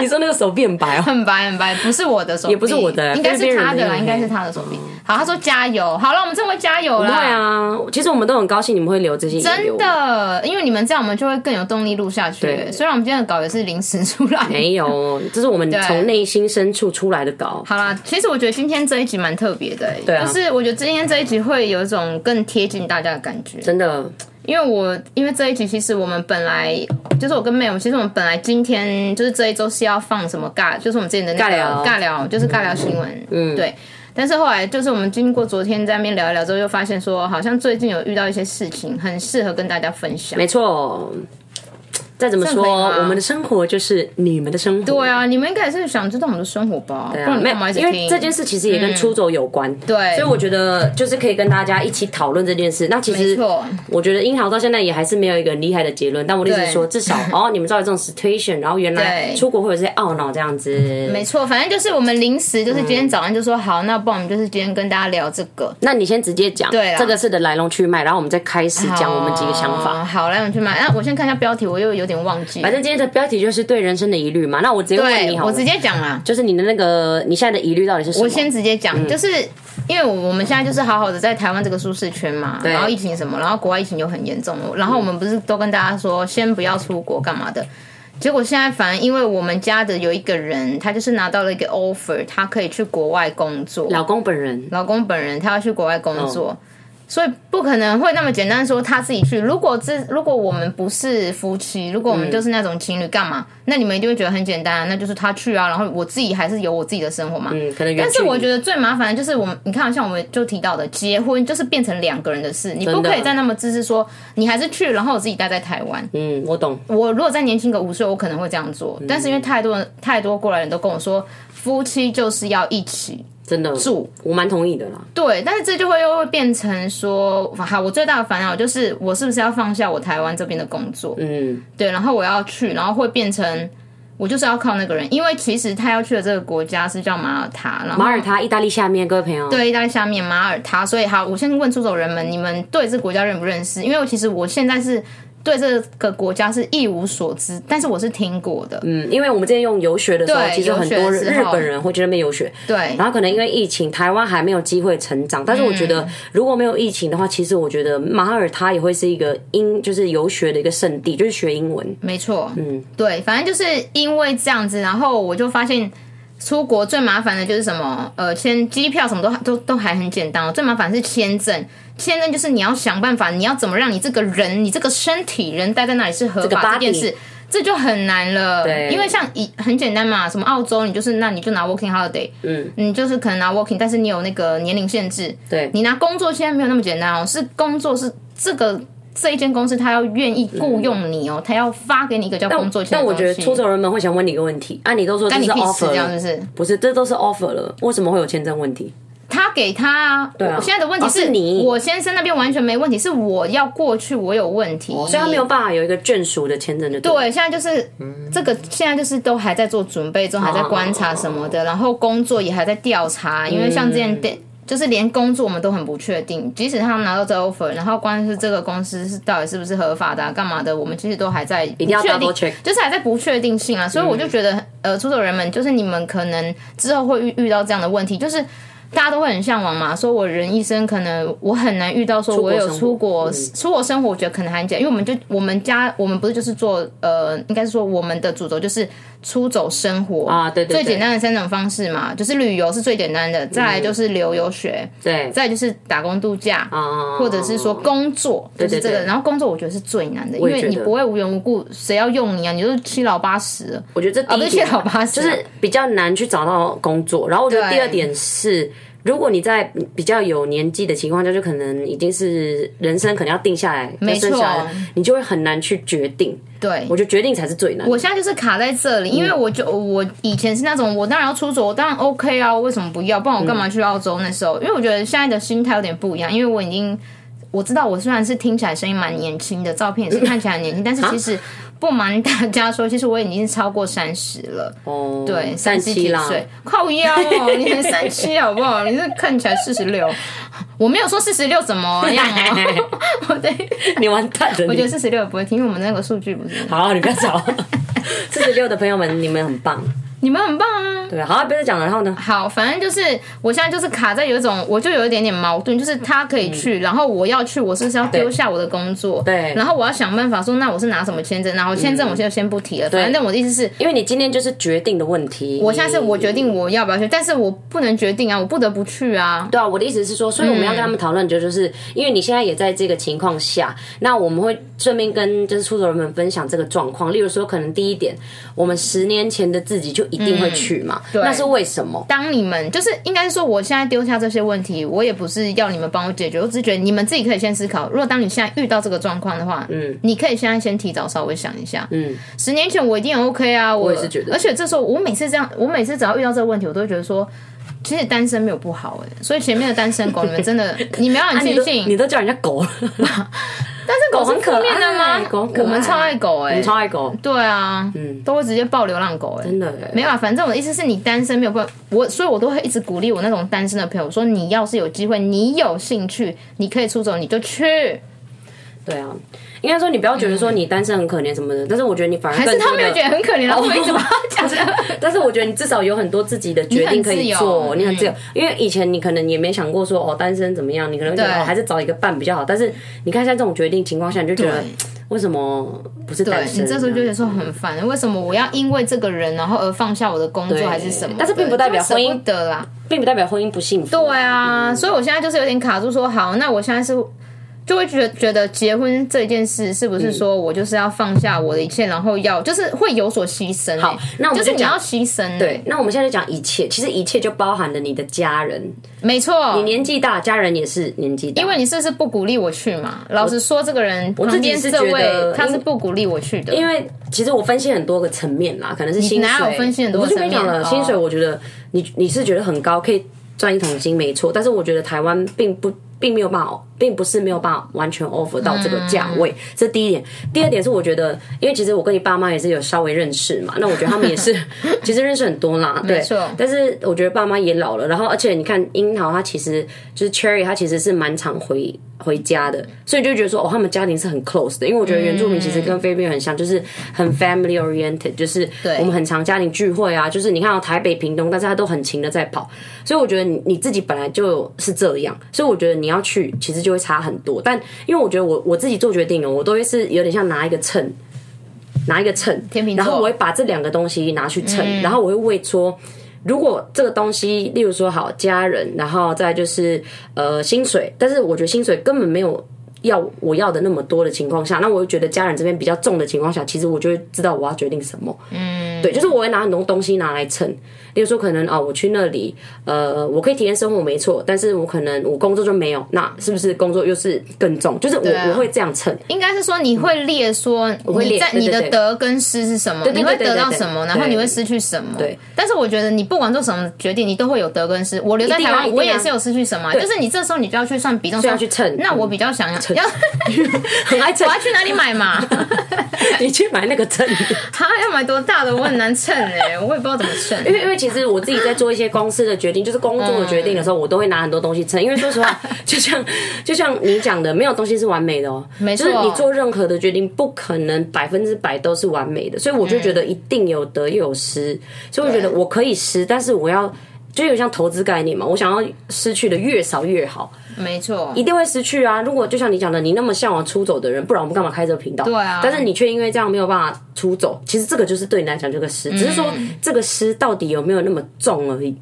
Speaker 1: 你说那个手变 白哦，
Speaker 2: 很白很白，不是我的手臂，
Speaker 1: 也不是我的
Speaker 2: 应该是
Speaker 1: 菲
Speaker 2: 他的啦，
Speaker 1: 律宾人的
Speaker 2: 应该是他的手臂。好，他说加油，好了，我们真的会加油
Speaker 1: 对
Speaker 2: 啦。
Speaker 1: 啊，其实我们都很高兴你们会留这些遗
Speaker 2: 真
Speaker 1: 留。
Speaker 2: 的，因为你们这样，我们就会更有动力录下去。
Speaker 1: 对
Speaker 2: 虽然我们今天的稿也是临时出来，
Speaker 1: 没有，这是我们从内心深处出来的稿。
Speaker 2: 好啦，其实我觉得今天这一集蛮特别的、欸，
Speaker 1: 对啊
Speaker 2: 就是我觉得今天这一集会有一种更贴近大家的感觉，
Speaker 1: 真的，
Speaker 2: 因为我因为这一集其实我们本来就是我跟妹，我们其实我们本来今天就是这一周是要放什么尬，就是我们之前的那
Speaker 1: 尬
Speaker 2: 个
Speaker 1: 聊
Speaker 2: 尬聊，就是尬聊新闻，嗯，对。但是后来就是我们经过昨天在那边聊一聊之后，就发现说好像最近有遇到一些事情，很适合跟大家分享。
Speaker 1: 没错。再怎么说，
Speaker 2: 这样可以吗
Speaker 1: 我们的生活就是你们的生活。
Speaker 2: 对啊，你们应该也是想知道我们的生活吧？不然你
Speaker 1: 啊没
Speaker 2: 干嘛
Speaker 1: 有，
Speaker 2: 一直
Speaker 1: 因为
Speaker 2: 听？嗯
Speaker 1: 这件事其实也跟出走有关，
Speaker 2: 对
Speaker 1: 所以我觉得就是可以跟大家一起讨论这件事。那其
Speaker 2: 没
Speaker 1: 实
Speaker 2: 错，
Speaker 1: 我觉得英豪到现在也还是没有一个很厉害的结论，但我的意思是说，
Speaker 2: 对
Speaker 1: 至 少哦，你们知道有这种 situation，然后原来
Speaker 2: 对
Speaker 1: 出国会有这些懊恼这样子，
Speaker 2: 没错，反正就是我们临时就是今
Speaker 1: 嗯
Speaker 2: 天早上就说好，那不然我们就是今天跟大家聊这个。
Speaker 1: 那你先直接讲
Speaker 2: 对啦
Speaker 1: 这个事的来龙去脉，然后我们再开始讲我们几个想法。
Speaker 2: 哦好，来我们去买。那我先看一下标题，我又有点忘记了。
Speaker 1: 反正今天的标题就是对人生的疑虑嘛，那我直接问
Speaker 2: 对
Speaker 1: 你，好
Speaker 2: 我
Speaker 1: 了，
Speaker 2: 直接讲啦。
Speaker 1: 就是嗯你的那个你现在的疑虑到底是什么？
Speaker 2: 我先直接讲，就是因为我们现在就是好好的在台湾这个舒适圈嘛，然后疫情什么，然后国外疫情又很严重，然后我们不是都跟大家说先不要出国干嘛的。结果现在反而因为我们家的有一个人，他就是拿到了一个 offer，他可以去国外工作。
Speaker 1: 老公本人嗯
Speaker 2: 老公本人他要去国外工作，所以不可能会那么简单说他自己去。如果这如果我们不是夫妻，如果我们就是那种情侣，干嘛？
Speaker 1: 嗯
Speaker 2: 那你们一定会觉得很简单，那就是他去啊，然后我自己还是有我自己的生活嘛。
Speaker 1: 嗯，可能
Speaker 2: 但是我觉
Speaker 1: 得
Speaker 2: 得最麻烦的就是我们，你看，像我们就提到的，结婚就是变成两个人的事，你不
Speaker 1: 的
Speaker 2: 可以再那么自私说你还是去，然后我自己待在台湾。
Speaker 1: 嗯，我懂，
Speaker 2: 我如果再年轻个五岁，我可能会这样做，
Speaker 1: 嗯
Speaker 2: 但是因为太多人太多过来人都跟我说，夫妻就是要一起
Speaker 1: 真的
Speaker 2: 住，
Speaker 1: 我蛮同意的啦。
Speaker 2: 对，但是这就会又会变成说，好，我最大的烦恼就是我是不是要放下我台湾这边的工作，
Speaker 1: 嗯，
Speaker 2: 对，然后我要去，然后会变成我就是要靠那个人，因为其实他要去的这个国家是叫马耳他，然后
Speaker 1: 马耳他，意大利下面，各位朋友，
Speaker 2: 对，意大利下面马耳他，所以好，我先问出走人们，你们对这个国家认不认识？因为我其实我现在是对这个国家是一无所知，但是我是听过的，
Speaker 1: 嗯，因为我们之前用游学的时候，
Speaker 2: 对
Speaker 1: 其实有很多
Speaker 2: 游学
Speaker 1: 日
Speaker 2: 的时
Speaker 1: 日
Speaker 2: 候
Speaker 1: 本人会去那边游学，
Speaker 2: 对，
Speaker 1: 然后可能因为疫情，台湾还没有机会成长。但是我觉
Speaker 2: 嗯
Speaker 1: 得，如果没有疫情的话，其实我觉得马耳他也会是一个英，就是游学的一个圣地，就是学英文。
Speaker 2: 没错，嗯，对，反正就是因为这样子，然后我就发现出国最麻烦的就是什么，呃，签机票什么都都都还很简单哦，最麻烦是签证。签证就是你要想办法，你要怎么让你这个人，你这个身体人待在那里是合
Speaker 1: 个
Speaker 2: 法这件
Speaker 1: body
Speaker 2: 事，这就很难了。
Speaker 1: 对
Speaker 2: 因为像以很简单嘛，什么澳洲，你就是那你就拿 working holiday，嗯，你就是可能拿 working，但是你有那个年龄限制，
Speaker 1: 对
Speaker 2: 你拿工作签没有那么简单哦，是工作是这个这一间公司他要愿意雇佣你哦，他要发给你一个叫工作签
Speaker 1: 嗯但
Speaker 2: 的
Speaker 1: 我觉得
Speaker 2: 东西
Speaker 1: 出走人们会想问你一个问题：啊，你都说这
Speaker 2: 但你
Speaker 1: 是
Speaker 2: 屁事
Speaker 1: offer
Speaker 2: 这样是
Speaker 1: 了
Speaker 2: 不是？
Speaker 1: 不是，这都是 offer 了，为什么会有签证问题？
Speaker 2: 他给他啊，对
Speaker 1: 啊
Speaker 2: 我现在的问题
Speaker 1: 哦是你
Speaker 2: 我先生那边完全没问题，是我要过去我有问题，
Speaker 1: 哦所以他没有办法有一个眷属的签证就对嗯了。
Speaker 2: 对，现在就是、这个，现在就是都还在做准备中，还在观察什么的，
Speaker 1: 哦
Speaker 2: 然后工作也还在调查，因为像
Speaker 1: 嗯
Speaker 2: 这件电。就是连工作我们都很不确定，即使他们拿到这 offer，然后关键是这个公司是到底是不是合法的、啊，干嘛的，我们其实都还在一定
Speaker 1: 要 double check 嗯
Speaker 2: 就是还在不确定性啊。所以我就觉得，呃，出走人们就是你们可能之后会遇遇到这样的问题，就是大家都会很向往嘛，说我人一生可能我很难遇到说我有出国
Speaker 1: 嗯
Speaker 2: 出国生活，我觉得可能很简单，因为我们就我们家我们不是就是做呃，应该是说我们的主轴就是出走生活
Speaker 1: 啊对对对嗯
Speaker 2: 最简单的三种方式嘛，就是旅游是最简单的，再来就是留游学，
Speaker 1: 对，
Speaker 2: 再来就是打工度假。
Speaker 1: 啊，
Speaker 2: 或者是说工作，就是这
Speaker 1: 对
Speaker 2: 个，
Speaker 1: 对
Speaker 2: 然后工作我觉得是最难的，因
Speaker 1: 我也
Speaker 2: 为你
Speaker 1: 觉得
Speaker 2: 不会无缘无故谁要用你啊，你就是七老八十了，
Speaker 1: 我觉得这
Speaker 2: 不
Speaker 1: 第一
Speaker 2: 是七
Speaker 1: 点
Speaker 2: 老八十
Speaker 1: 就
Speaker 2: 啊，
Speaker 1: 是比较难去找到工作。然后我觉得
Speaker 2: 对
Speaker 1: 第二点是，如果你在比较有年纪的情况下，就可能已经是人生可能要定下来，没
Speaker 2: 错
Speaker 1: 你就会很难去决定。
Speaker 2: 对，
Speaker 1: 我觉得决定才是最难的。
Speaker 2: 我现在就是卡在这里，
Speaker 1: 嗯
Speaker 2: 因为我就我以前是那种，我当然要出走，我当然 OK 啊，我为什么不要？不然我干
Speaker 1: 嗯
Speaker 2: 嘛去澳洲那时候？因为我觉得现在的心态有点不一样，因为我已经我知道我虽然是听起来声音蛮年轻的，照片也是看起来很年轻，但是
Speaker 1: 嗯
Speaker 2: 其实不瞒大家说，其实我已经超过三十了，
Speaker 1: 哦，
Speaker 2: 对，
Speaker 1: 三
Speaker 2: 十
Speaker 1: 七
Speaker 2: 几
Speaker 1: 啦，
Speaker 2: 岁，靠腰哦，你才三七好不好？你这看起来四十六，我没有说四十六怎么样哦， 我对，
Speaker 1: 你完蛋了你。
Speaker 2: 我觉得四十六也不会听，因为我们那个数据不是，
Speaker 1: 好，你不要吵。 四十六的朋友们，你们很棒，
Speaker 2: 你们很棒啊。
Speaker 1: 对，好，不要再讲了。然后呢？
Speaker 2: 好，反正就是我现在就是卡在有一种，我就有一点点矛盾，就是他可以去，然后我要去，我是不是要丢下我的工作？
Speaker 1: 嗯对嗯
Speaker 2: 然后我要想办法说，那我是拿什么签证？然后签证我现在先不提了，反正我的意思是。
Speaker 1: 因为你今天就是决定的问题。
Speaker 2: 我现在是我决
Speaker 1: 嗯
Speaker 2: 定我要不要去，但是我不能决定啊，我不得不去啊。
Speaker 1: 对啊，我的意思是说，所以我们要
Speaker 2: 嗯
Speaker 1: 跟他们讨论，就就是、因为你现在也在这个情况下，那我们会顺便跟就是出走人们分享这个状况。例如说，可能第一点，我们十年前的自己就一定会
Speaker 2: 嗯
Speaker 1: 去嘛，那是为什么？
Speaker 2: 当你们就是应该是说，我现在丢下这些问题，我也不是要你们帮我解决，我只是觉得你们自己可以先思考。如果当你现在遇到这个状况的话，嗯，你可以现在先提早稍微想一下，嗯，十年前我一定很 OK 啊，我
Speaker 1: 也是觉得
Speaker 2: 而且这时候我每次这样，我每次只要遇到这个问题，我都会觉得说。其实单身没有不好哎、所以前面的单身狗，你们真 的，你们要很
Speaker 1: 啊你
Speaker 2: 庆
Speaker 1: 都
Speaker 2: 幸。
Speaker 1: 你都叫人家狗了，
Speaker 2: 但是狗
Speaker 1: 狗很
Speaker 2: 是
Speaker 1: 可
Speaker 2: 负面的吗
Speaker 1: 爱？狗很可爱
Speaker 2: 啊我们超爱狗哎、
Speaker 1: 你超爱狗，
Speaker 2: 对啊，都会直接爆流浪狗哎、
Speaker 1: 真的欸耶
Speaker 2: 没有啊，反正我的意思是你单身没有办法，我所以我都会一直鼓励我那种单身的朋友说，你要是有机会，你有兴趣，你可以出走，你就去。
Speaker 1: 对啊。应该说你不要觉得说你单身很可怜什么的，但是我觉得你反而
Speaker 2: 还
Speaker 1: 更
Speaker 2: 是
Speaker 1: 多
Speaker 2: 他
Speaker 1: 的哦
Speaker 2: 们有觉得很可怜，然后我一直把 他讲的。
Speaker 1: 但是我觉得你至少有很多自己的决定可以做，你
Speaker 2: 你
Speaker 1: 很
Speaker 2: 很
Speaker 1: 自
Speaker 2: 自
Speaker 1: 由
Speaker 2: 由，嗯
Speaker 1: 因为以前你可能也没想过说哦单身怎么样，你可能会觉得
Speaker 2: 对
Speaker 1: 哦还是找一个伴比较好。但是你看像这种决定情况下，你就觉得哎
Speaker 2: 对
Speaker 1: 为什么不是单
Speaker 2: 对
Speaker 1: 身？
Speaker 2: 你这时候就觉得说很烦，为什么我要因为这个人然后而放下我的工作还是什么的？
Speaker 1: 但是并不代表
Speaker 2: 就会舍
Speaker 1: 婚姻嗯
Speaker 2: 不得啦，
Speaker 1: 并不代表婚姻不幸福。
Speaker 2: 对啊，所以我现在就是有点卡住说好，那我现在是就会觉得觉得结婚这件事
Speaker 1: 嗯
Speaker 2: 是不是说我就是要放下我的一切，然后要就是会有所牺牲欸、
Speaker 1: 好那我们就
Speaker 2: 就
Speaker 1: 是
Speaker 2: 你
Speaker 1: 讲
Speaker 2: 要牺牲欸、
Speaker 1: 对，那我们现在就讲一切，其实一切就包含了你的家人，
Speaker 2: 没错，
Speaker 1: 你年纪大，家人也是年纪大，
Speaker 2: 因为你是不是不鼓励我去嘛？老实说，这个人旁
Speaker 1: 自己
Speaker 2: 边
Speaker 1: 是
Speaker 2: 这
Speaker 1: 觉得
Speaker 2: 位他
Speaker 1: 因
Speaker 2: 是不鼓励我去的，
Speaker 1: 因为其实我分析很多个层面啦，可能是薪水，
Speaker 2: 哪有分析很多
Speaker 1: 我就跟你讲
Speaker 2: 层面
Speaker 1: 了，
Speaker 2: 哦
Speaker 1: 薪水我觉得你你是觉得很高，可以赚一桶金没错，但是我觉得台湾并不。并没有办法，并不是没有办法完全 offer 到这个
Speaker 2: 嗯
Speaker 1: 价位，这是第一点。第二点是，我觉得，因为其实我跟你爸妈也是有稍微认识嘛，那我觉得他们也 是，其实认识很多啦，对
Speaker 2: 错。
Speaker 1: 但是我觉得爸妈也老了，然后而且你看樱桃，她其实就是 Cherry，她其实是蛮常回回家的，所以就觉得说，哦，他们家庭是很 close 的，因为我觉得原住民其实跟菲律宾很像，就是很 family oriented，就是
Speaker 2: 对
Speaker 1: 我们很常家庭聚会啊，就是你看到台北、屏东，但是他都很勤的在跑，所以我觉得你你自己本来就是这样，所以我觉得你要去其实就会差很多，但因为我觉得我我自己做决定哦了，我都会是有点像拿一个秤。拿一个秤，
Speaker 2: 天秤座嗯
Speaker 1: 然后我会把这两个东西拿去称，然后我会为说，如果这个东西，例如说好家人，然后再就是呃薪水，但是我觉得薪水根本没有要我要的那么多的情况下，那我就觉得家人这边比较重的情况下，其实我就会知道我要决定什么。嗯，对，就是我会拿很多东西拿来称，例如说可能哦，我去那里，呃，我可以体验生活没错，但是我可能我工作就没有，那是不是工作又是更重？就是我、
Speaker 2: 啊
Speaker 1: 我会这样 称。
Speaker 2: 应该是说你会列说
Speaker 1: 会
Speaker 2: 你
Speaker 1: 列
Speaker 2: 在
Speaker 1: 对对
Speaker 2: 你的
Speaker 1: 对
Speaker 2: 得跟失是什么，
Speaker 1: 对
Speaker 2: 你会
Speaker 1: 对对
Speaker 2: 得到
Speaker 1: 对
Speaker 2: 什么，然后
Speaker 1: 对
Speaker 2: 你会失去什么。
Speaker 1: 对，
Speaker 2: 但是我觉得你不管做什么决定，你都会有得跟失。我留在
Speaker 1: 一定
Speaker 2: 台
Speaker 1: 啊
Speaker 2: 湾，
Speaker 1: 一定啊
Speaker 2: 我也是有失去什么啊，就是你这时候你就要去算比重，说
Speaker 1: 要去称
Speaker 2: 那我比较想要，要
Speaker 1: 很爱称
Speaker 2: 我要去哪里买嘛？
Speaker 1: 你去买那个秤。
Speaker 2: 哈，要买多大的？我很难称哎，我也不知道怎么称。
Speaker 1: 因为因为其实我自己在做一些公司的决定，就是工作的决定的时候，我都会拿很多东西称。因为说实 话，就像就像你讲的，没有东西是完美的哦。
Speaker 2: 没错
Speaker 1: 就是你做任何的决定，不可能百分之百都是完美的。所以我就觉
Speaker 2: 嗯
Speaker 1: 得一定有得又有失，所以我觉得我可以失，但是我要。就有点像投资概念嘛，我想要失去的越少越好，
Speaker 2: 没错，
Speaker 1: 一定会失去啊！如果就像你讲的，你那么向往出走的人，不然我们干嘛开这个频道？对
Speaker 2: 啊
Speaker 1: 但是你却因为这样没有办法出走，其实这个就是对你来讲这个
Speaker 2: 嗯
Speaker 1: 失，只是说这个失到底有没有那么重而已。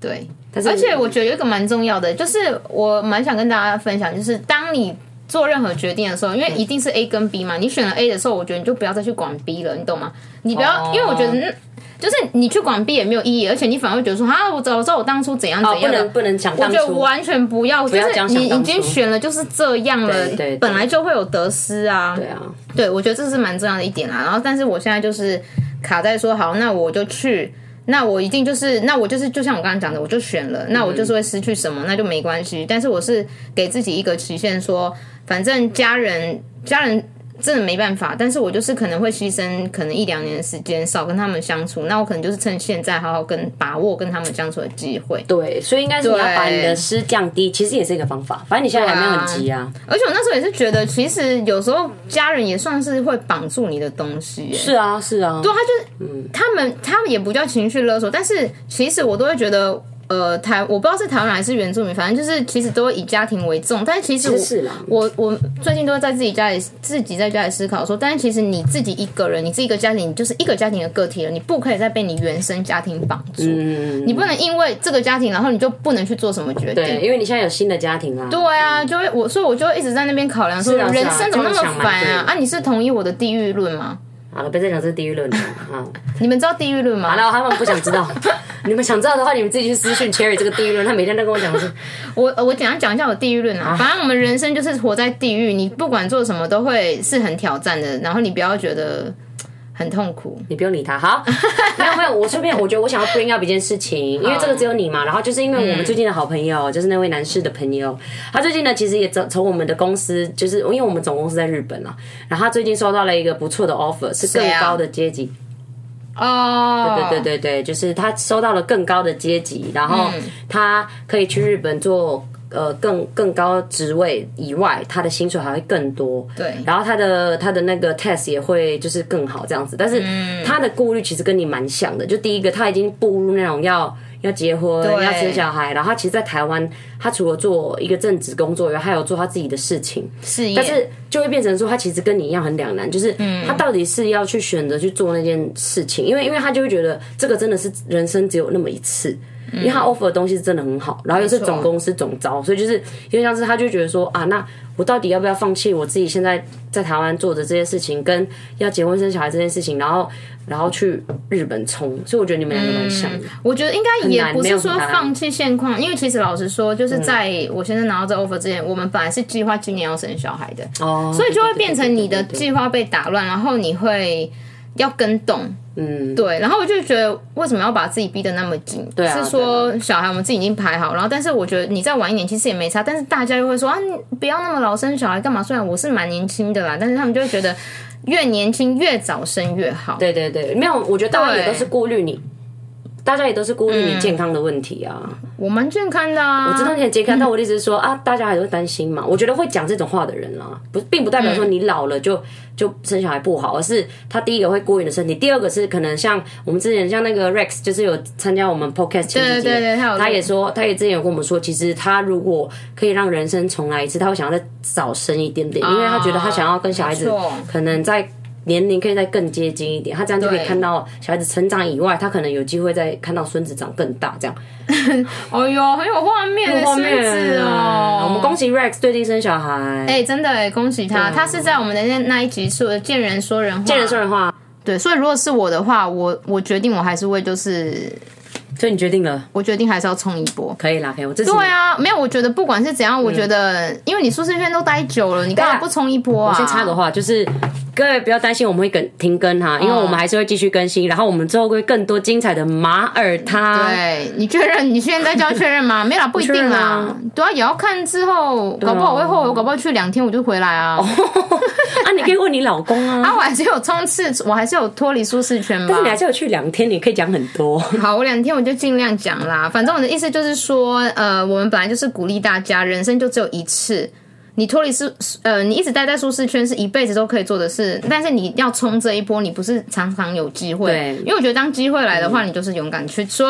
Speaker 2: 对，而且我觉得有一个蛮重要的，就是我蛮想跟大家分享，就是当你做任何决定的时候，因为一定是 A 跟 B 嘛，你选了 A 的时候，我觉得你就不要再去管 B 了，你懂吗？你不要，
Speaker 1: 哦
Speaker 2: 因为我觉得那。就是你去管 B 也没有意义，而且你反而会觉得说啊，我早知道我当初怎样怎
Speaker 1: 哦不
Speaker 2: 样的，
Speaker 1: 能不能讲
Speaker 2: 我
Speaker 1: 当
Speaker 2: 觉得
Speaker 1: 初，
Speaker 2: 完全不要，就
Speaker 1: 要
Speaker 2: 是
Speaker 1: 讲想
Speaker 2: 你已
Speaker 1: 当
Speaker 2: 经
Speaker 1: 初
Speaker 2: 选了就是这样了，
Speaker 1: 对对
Speaker 2: 本来就会有得失啊。
Speaker 1: 对啊，
Speaker 2: 对，我觉得这是蛮重要的一点啦。然后，但是我现在就是卡在说，好，那我就去，那我一定就是，那我就是，就像我刚刚讲的，我就选了，那我就是会失去什么，那就没关系。但是我是给自己一个期限说反正家人，家人。真的没办法，但是我就是可能会牺牲可能一两年的时间，少跟他们相处。那我可能就是趁现在好好跟把握跟他们相处的机会。
Speaker 1: 对，所以应该是你要把
Speaker 2: 对
Speaker 1: 你的失降低，其实也是一个方法。反正你现在还没有很急啊，
Speaker 2: 而且我那时候也是觉得，其实有时候家人也算是会绑住你的东西耶。
Speaker 1: 是啊，是啊，
Speaker 2: 他就是他们，他们也不叫情绪勒索，但是其实我都会觉得，呃，台我不知道是台湾人还是原住民，反正就是其实都会以家庭为重，但是其实我
Speaker 1: 其实是啦
Speaker 2: 我我最近都会在自己家里自己在家里思考说，但是其实你自己一个人，你自己一个家庭，你就是一个家庭的个体了，你不可以再被你原生家庭绑住，
Speaker 1: 嗯
Speaker 2: 你不能因为这个家庭，然后你就不能去做什么决定
Speaker 1: 对，。因为你现在有新的家庭啦，
Speaker 2: 对啊，就会我，所以我就会一直在那边考量说，
Speaker 1: 是啊是啊
Speaker 2: 人生怎么那
Speaker 1: 这样想
Speaker 2: 么
Speaker 1: 蛮
Speaker 2: 烦啊
Speaker 1: 对？的
Speaker 2: 啊，你是同意我的地狱论吗？
Speaker 1: 好了，别再讲这地狱论了啊。
Speaker 2: 你们知道地狱论吗？
Speaker 1: 好了，他们不想知 道，你们想知道的话，你们自己去私讯 Cherry 这个地狱论，他每天都跟我讲是。
Speaker 2: 我呃我简单讲一下我地狱论啊，反正我们人生就是活在地狱，你不管做什么都会是很挑战的，然后你不要觉得很痛苦。
Speaker 1: 你不用理他。 好，没有没有，我顺便我觉得我想要 bring up 一件事情，因为这个只有你嘛。然后就是因为我们最近的好朋友，
Speaker 2: 嗯
Speaker 1: 就是那位男士的朋友，他最近呢其实也从从我们的公司，就是因为我们总公司在日本啊，然后他最近收到了一个不错的 offer，是更
Speaker 2: 谁啊
Speaker 1: 高的阶级。
Speaker 2: 哦，
Speaker 1: 对对对对，就是他收到了更高的阶级，然后
Speaker 2: 嗯
Speaker 1: 他可以去日本做。呃，更更高职位以外，他的薪水还会更多。
Speaker 2: 对
Speaker 1: 然后他的他的那个 test 也会就是更好这样子，但是
Speaker 2: 嗯
Speaker 1: 他的顾虑其实跟你蛮像的。就第一个，他已经步入那种要要结婚、
Speaker 2: 对
Speaker 1: 要生小孩，然后他其实，在台湾，他除了做一个正职工作以外，还有做他自己的事情。
Speaker 2: 事业，
Speaker 1: 但是就会变成说，他其实跟你一样很两难，就是他到底是要去选择去做那件事情，因为因为他就会觉得这个真的是人生只有那么一次，因为他 offer 的东西是真的很好，然后又是总公司总招，所以就是因为像是他就觉得说啊，那我到底要不要放弃我自己现在在台湾做的这些事情，跟要结婚生小孩这件事情，然后然后去日本冲，所以我觉得你们两个蛮像的，
Speaker 2: 我觉得应该也不是说
Speaker 1: 很难没有很嗯难
Speaker 2: 放弃现况，因为其实老实说，就是在我先生拿到这 offer 之前，我们本来是计划今年要生小孩的，
Speaker 1: 哦，
Speaker 2: 所以就会变成你
Speaker 1: 对
Speaker 2: 的
Speaker 1: 对对对
Speaker 2: 计划被打乱，然后你会要跟动。嗯，对，然后我就觉得为什么要把自己逼得那么紧？对
Speaker 1: 啊
Speaker 2: 是说小孩我们自己已经排好，然后但是我觉得你再晚一点其实也没差，但是大家又会说啊，你不要那么老生小孩干嘛？虽然我是蛮年轻的啦，但是他们就会觉得越年轻越早生越好。
Speaker 1: 对对对，没有，我觉得大家也
Speaker 2: 对
Speaker 1: 都是顾虑你。大家也都是顾虑你健康的问题啊，
Speaker 2: 我蛮健康的啊，
Speaker 1: 我知道你很健康，但我的意思是说啊，大家还是会担心嘛。我觉得会讲这种话的人啦，不并不代
Speaker 2: 嗯
Speaker 1: 表说你老了就、就生小孩不好，而是他第一个会顾虑你的身体，第二个是可能像我们之前像那个 Rex，就是有参加我们 podcast 前几集的，
Speaker 2: 对对对他有录
Speaker 1: 他也说，他也之前有跟我们说，其实他如果可以让人生重来一次，他会想要再早生一点点，因为他觉得他想要跟小孩子
Speaker 2: 啊没错
Speaker 1: 可能在。年龄可以再更接近一点，他这样就可以
Speaker 2: 对
Speaker 1: 看到小孩子成长以外，他可能有机会再看到孙子长更大这样。
Speaker 2: 哎呦，很有画面的
Speaker 1: 后面啊
Speaker 2: 孙子哦！
Speaker 1: 我们恭喜 Rex 最近生小孩，
Speaker 2: 哎、真的哎、恭喜他！他是在我们的那那一集说的见人说人话，见
Speaker 1: 见人说人话，
Speaker 2: 对。所以如果是我的话，我我决定我还是会就是
Speaker 1: 所以你决定了，
Speaker 2: 我决定还是要冲一波。
Speaker 1: 可以啦，可以，我支持你。
Speaker 2: 对啊，没有，我觉得不管是怎样，我觉得、因为你舒适圈都待久了，你干嘛不冲一波啊？
Speaker 1: 嗯我先插个话，就是各位不要担心，我们会更停更哈，因为我们还是会继续更新，然后我们之后会更多精彩的马耳他。
Speaker 2: 对你确认？你现在就要确认 吗？没啦，不一定
Speaker 1: 确认
Speaker 2: 啦
Speaker 1: 啊。
Speaker 2: 对啊，也要看之后，搞不好我会后悔，我搞不好去两天我就回来啊。
Speaker 1: 哦啊，你可以问你老公啊，
Speaker 2: 啊，我还是有冲刺，我还是有脱离舒适圈吧
Speaker 1: 但。是你还是有去两天，你可以讲很多。
Speaker 2: 好，我两天我就尽量讲啦。反正我的意思就是说，呃，我们本来就是鼓励大家，人生就只有一次。你脱离舒，呃，你一直待在舒适圈是一辈子都可以做的事，但是你要冲这一波，你不是常常有机会。
Speaker 1: 对嗯
Speaker 2: 因为我觉得当机会来的话，你就是勇敢去做，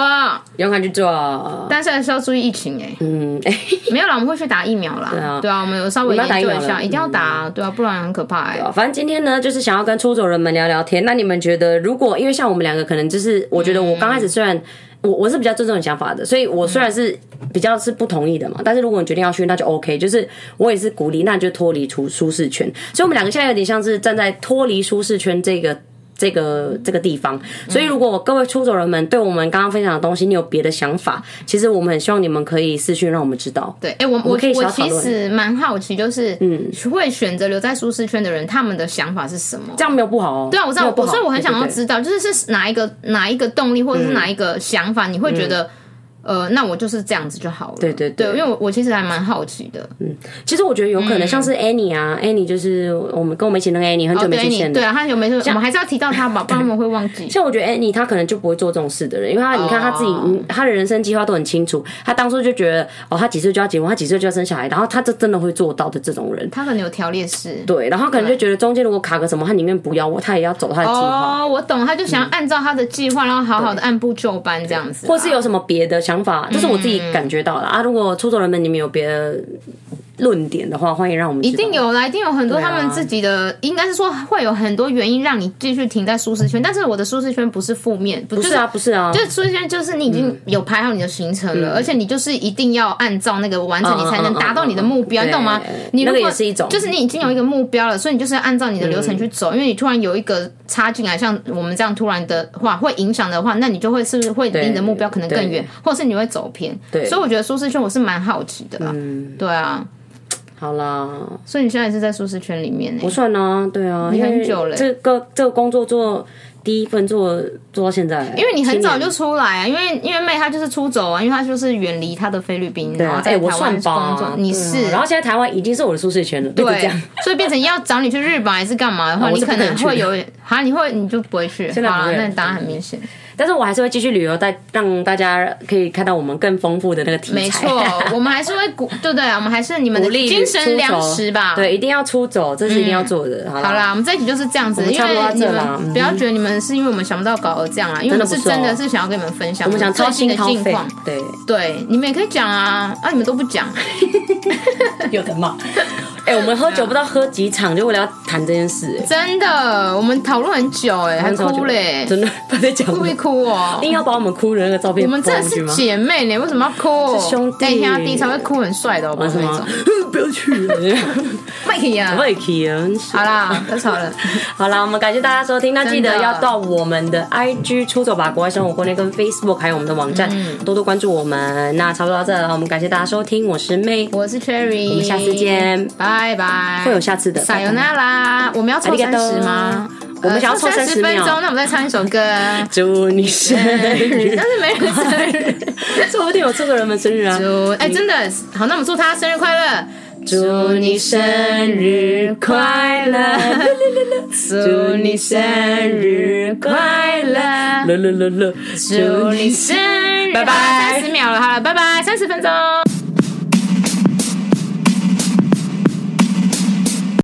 Speaker 1: 勇敢去做，
Speaker 2: 但是还是要注意疫情哎、
Speaker 1: 嗯，哎、
Speaker 2: 没有啦，我们会去打疫苗啦。对
Speaker 1: 啊
Speaker 2: 我们有稍微
Speaker 1: 你们要打
Speaker 2: 研
Speaker 1: 疫
Speaker 2: 究
Speaker 1: 苗
Speaker 2: 一下，
Speaker 1: 了嗯
Speaker 2: 一定要打啊，对啊，不然很可怕哎、
Speaker 1: 反正今天呢，就是想要跟出走人们聊聊天。那你们觉得，如果因为像我们两个，可能就是我觉得我刚
Speaker 2: 嗯
Speaker 1: 开始虽然。我我是比较尊重你想法的，所以我虽然是比较是不同意的嘛，但是如果你决定要去，那就 OK。就是我也是鼓励，那你就脱离出舒适圈。所以我们两个现在有点像是站在脱离舒适圈这个这个这个地方。所
Speaker 2: 嗯
Speaker 1: 以，如果各位出走人们对我们刚刚分享的东西，你有别的想法，其实我们很希望你们可以私讯让我们知道。
Speaker 2: 对，哎、我我
Speaker 1: 们可以
Speaker 2: 我
Speaker 1: 小讨
Speaker 2: 其
Speaker 1: 论
Speaker 2: 实蛮好奇，就是嗯，会选择留在舒适圈的人，他们的想法是什么？
Speaker 1: 这样没有不好哦。对
Speaker 2: 对啊，我知道，我所以我很想要
Speaker 1: 对对
Speaker 2: 知道，就是是哪一个哪一个动力，或者是哪一个想法，你会觉得，呃，那我就是这样子就好了。对
Speaker 1: 嗯对对嗯
Speaker 2: 因为我我其实还蛮好奇的。
Speaker 1: 其实我觉得有可能，像是 Annie 啊、a n n i e 就是我们跟我们一起那个 Annie，很久没
Speaker 2: 嗯对
Speaker 1: 出
Speaker 2: 你
Speaker 1: 现
Speaker 2: 对
Speaker 1: 了。
Speaker 2: 啊，他有没有？我们还是要提到他 吧，不然我们会忘记。
Speaker 1: 像我觉得 Annie 她可能就不会做这种事的人，因为她你看她自己，
Speaker 2: 哦
Speaker 1: 嗯她的人生计划都很清楚。她当初就觉得，哦，她几岁就要结婚，她几岁就要生小孩，然后她就真的会做到的这种人。
Speaker 2: 他可能有条列式。
Speaker 1: 对，然后她可能就觉得中间如果卡个什么，她宁愿不要我，她也要走她的计划。
Speaker 2: 哦，我懂，他就想要按照他的计划，然后好好的按部就班这样子啊。
Speaker 1: 或是有什么别的想法，这是我自己
Speaker 2: 嗯
Speaker 1: 感觉到的、啊。如果出走人们你们有别的论点的话，欢迎让我们知道
Speaker 2: 一定有啦，一定有很多他们自己的，
Speaker 1: 啊
Speaker 2: 应该是说会有很多原因让你继续停在舒适圈。但是我的舒适圈不是负面，不
Speaker 1: 不是啊，不是啊，
Speaker 2: 就是出现，就是你已经有排好你的行程了，而且你就是一定要按照那个完成，你才能达到你的目
Speaker 1: 嗯
Speaker 2: 标，
Speaker 1: 嗯嗯嗯
Speaker 2: 你懂吗
Speaker 1: 对？
Speaker 2: 你如
Speaker 1: 那
Speaker 2: 果
Speaker 1: 个也是一种
Speaker 2: 就是你已经有一个目标了，所以你就是要按照你的流程去走，因为你突然有一个插进来，像我们这样突然的话，会影响的话，那你就会是不是会离你的目标可能更远
Speaker 1: 对，
Speaker 2: 或者是你会走偏？对所以我觉得舒适圈我是蛮好奇的啦，对啊，
Speaker 1: 好啦，
Speaker 2: 所以你现在也是在舒适圈里面呢、
Speaker 1: 不算啊，对啊，
Speaker 2: 你
Speaker 1: 因
Speaker 2: 很
Speaker 1: 为
Speaker 2: 久了欸
Speaker 1: 这个这个工作做第一份做做到现在，
Speaker 2: 因为你很早
Speaker 1: 七年
Speaker 2: 就出来啊，因为因为妹她就是出走啊，因为她就是远离她的菲律宾，然后
Speaker 1: 哎、
Speaker 2: 在
Speaker 1: 我
Speaker 2: 台湾
Speaker 1: 算
Speaker 2: 工
Speaker 1: 吧，
Speaker 2: 作，你
Speaker 1: 对
Speaker 2: 是
Speaker 1: 啊，然后现在台湾已经是我的舒适圈了，对， 就这
Speaker 2: 对
Speaker 1: 样。，哦
Speaker 2: 所以变成要找你去日本还是干嘛的话，
Speaker 1: 我
Speaker 2: 你
Speaker 1: 是不
Speaker 2: 可能
Speaker 1: 能去
Speaker 2: 会有好，你会你就不会去。
Speaker 1: 在不
Speaker 2: 好了，
Speaker 1: 会
Speaker 2: 那答案很 明显，
Speaker 1: 但是我还是会继续旅游，带让大家可以看到我们更丰富的那个题材。
Speaker 2: 没 错，我们还是会鼓，对不对？我们还是你们的
Speaker 1: 鼓励
Speaker 2: 精神粮食吧。嗯
Speaker 1: 对，一定要出走，这是一定要做的。好
Speaker 2: 好啦，
Speaker 1: 啦，
Speaker 2: 我们这一集就是这样子，
Speaker 1: 们
Speaker 2: 因
Speaker 1: 差不多
Speaker 2: 为
Speaker 1: 到
Speaker 2: 你
Speaker 1: 这啦嗯
Speaker 2: 们不要觉得你们是因为我们想不到搞而这样啦，啊因为我们是真的是想要跟你们分享
Speaker 1: 我
Speaker 2: 我们
Speaker 1: 想
Speaker 2: 最
Speaker 1: 掏心
Speaker 2: 新的
Speaker 1: 掏
Speaker 2: 近
Speaker 1: 肺
Speaker 2: 况。，
Speaker 1: 对，
Speaker 2: 对，你们也可以讲啊，啊，你们都不讲，
Speaker 1: 有的骂。哎、我们喝酒不知道喝几场，就为了要谈这件事、哎
Speaker 2: 真的，我们讨论很久哎、 还哭嘞、
Speaker 1: 真的不在讲，
Speaker 2: 哭一哭哦、
Speaker 1: 硬要把我们哭的那个照片
Speaker 2: 我们真的
Speaker 1: 放
Speaker 2: 是
Speaker 1: 上去吗？
Speaker 2: 姐妹呢，为什么要哭？
Speaker 1: 是兄弟
Speaker 2: 哎天下第一才会哭很帅的，我 不
Speaker 1: 玩
Speaker 2: 是
Speaker 1: 什
Speaker 2: 那
Speaker 1: 么
Speaker 2: 种。？
Speaker 1: 不要去 了，
Speaker 2: 麦克呀，
Speaker 1: 我也可以啊。
Speaker 2: 好啦，不吵了，
Speaker 1: 好啦，我们感谢大家收听，那记得
Speaker 2: 真的
Speaker 1: 要到我们的 IG 出走吧国外生活国内跟 Facebook，还有我们的网站、
Speaker 2: 嗯
Speaker 1: 多多关注我们。那差不多到这了，我们感谢大家收听，我是妹，
Speaker 2: 我是 Cherry，我
Speaker 1: 我们下次，见，
Speaker 2: 拜拜，
Speaker 1: 会有下次的。
Speaker 2: 撒由那拉，我们要凑三十吗？呃
Speaker 1: 我们想要凑
Speaker 2: 三
Speaker 1: 30
Speaker 2: 分
Speaker 1: 秒
Speaker 2: 钟，那我们再唱一首 歌。
Speaker 1: 祝你生日
Speaker 2: 但是哎没人生日，
Speaker 1: 说不定有这个人们生日啊！
Speaker 2: 祝哎真的好，那我们祝他生日快乐，
Speaker 1: 祝你生日快 乐，
Speaker 2: 祝你生日快乐，
Speaker 1: 乐乐乐乐，
Speaker 2: 祝你生日，
Speaker 1: 拜拜
Speaker 2: 三十秒了，好了，拜拜，三十分钟。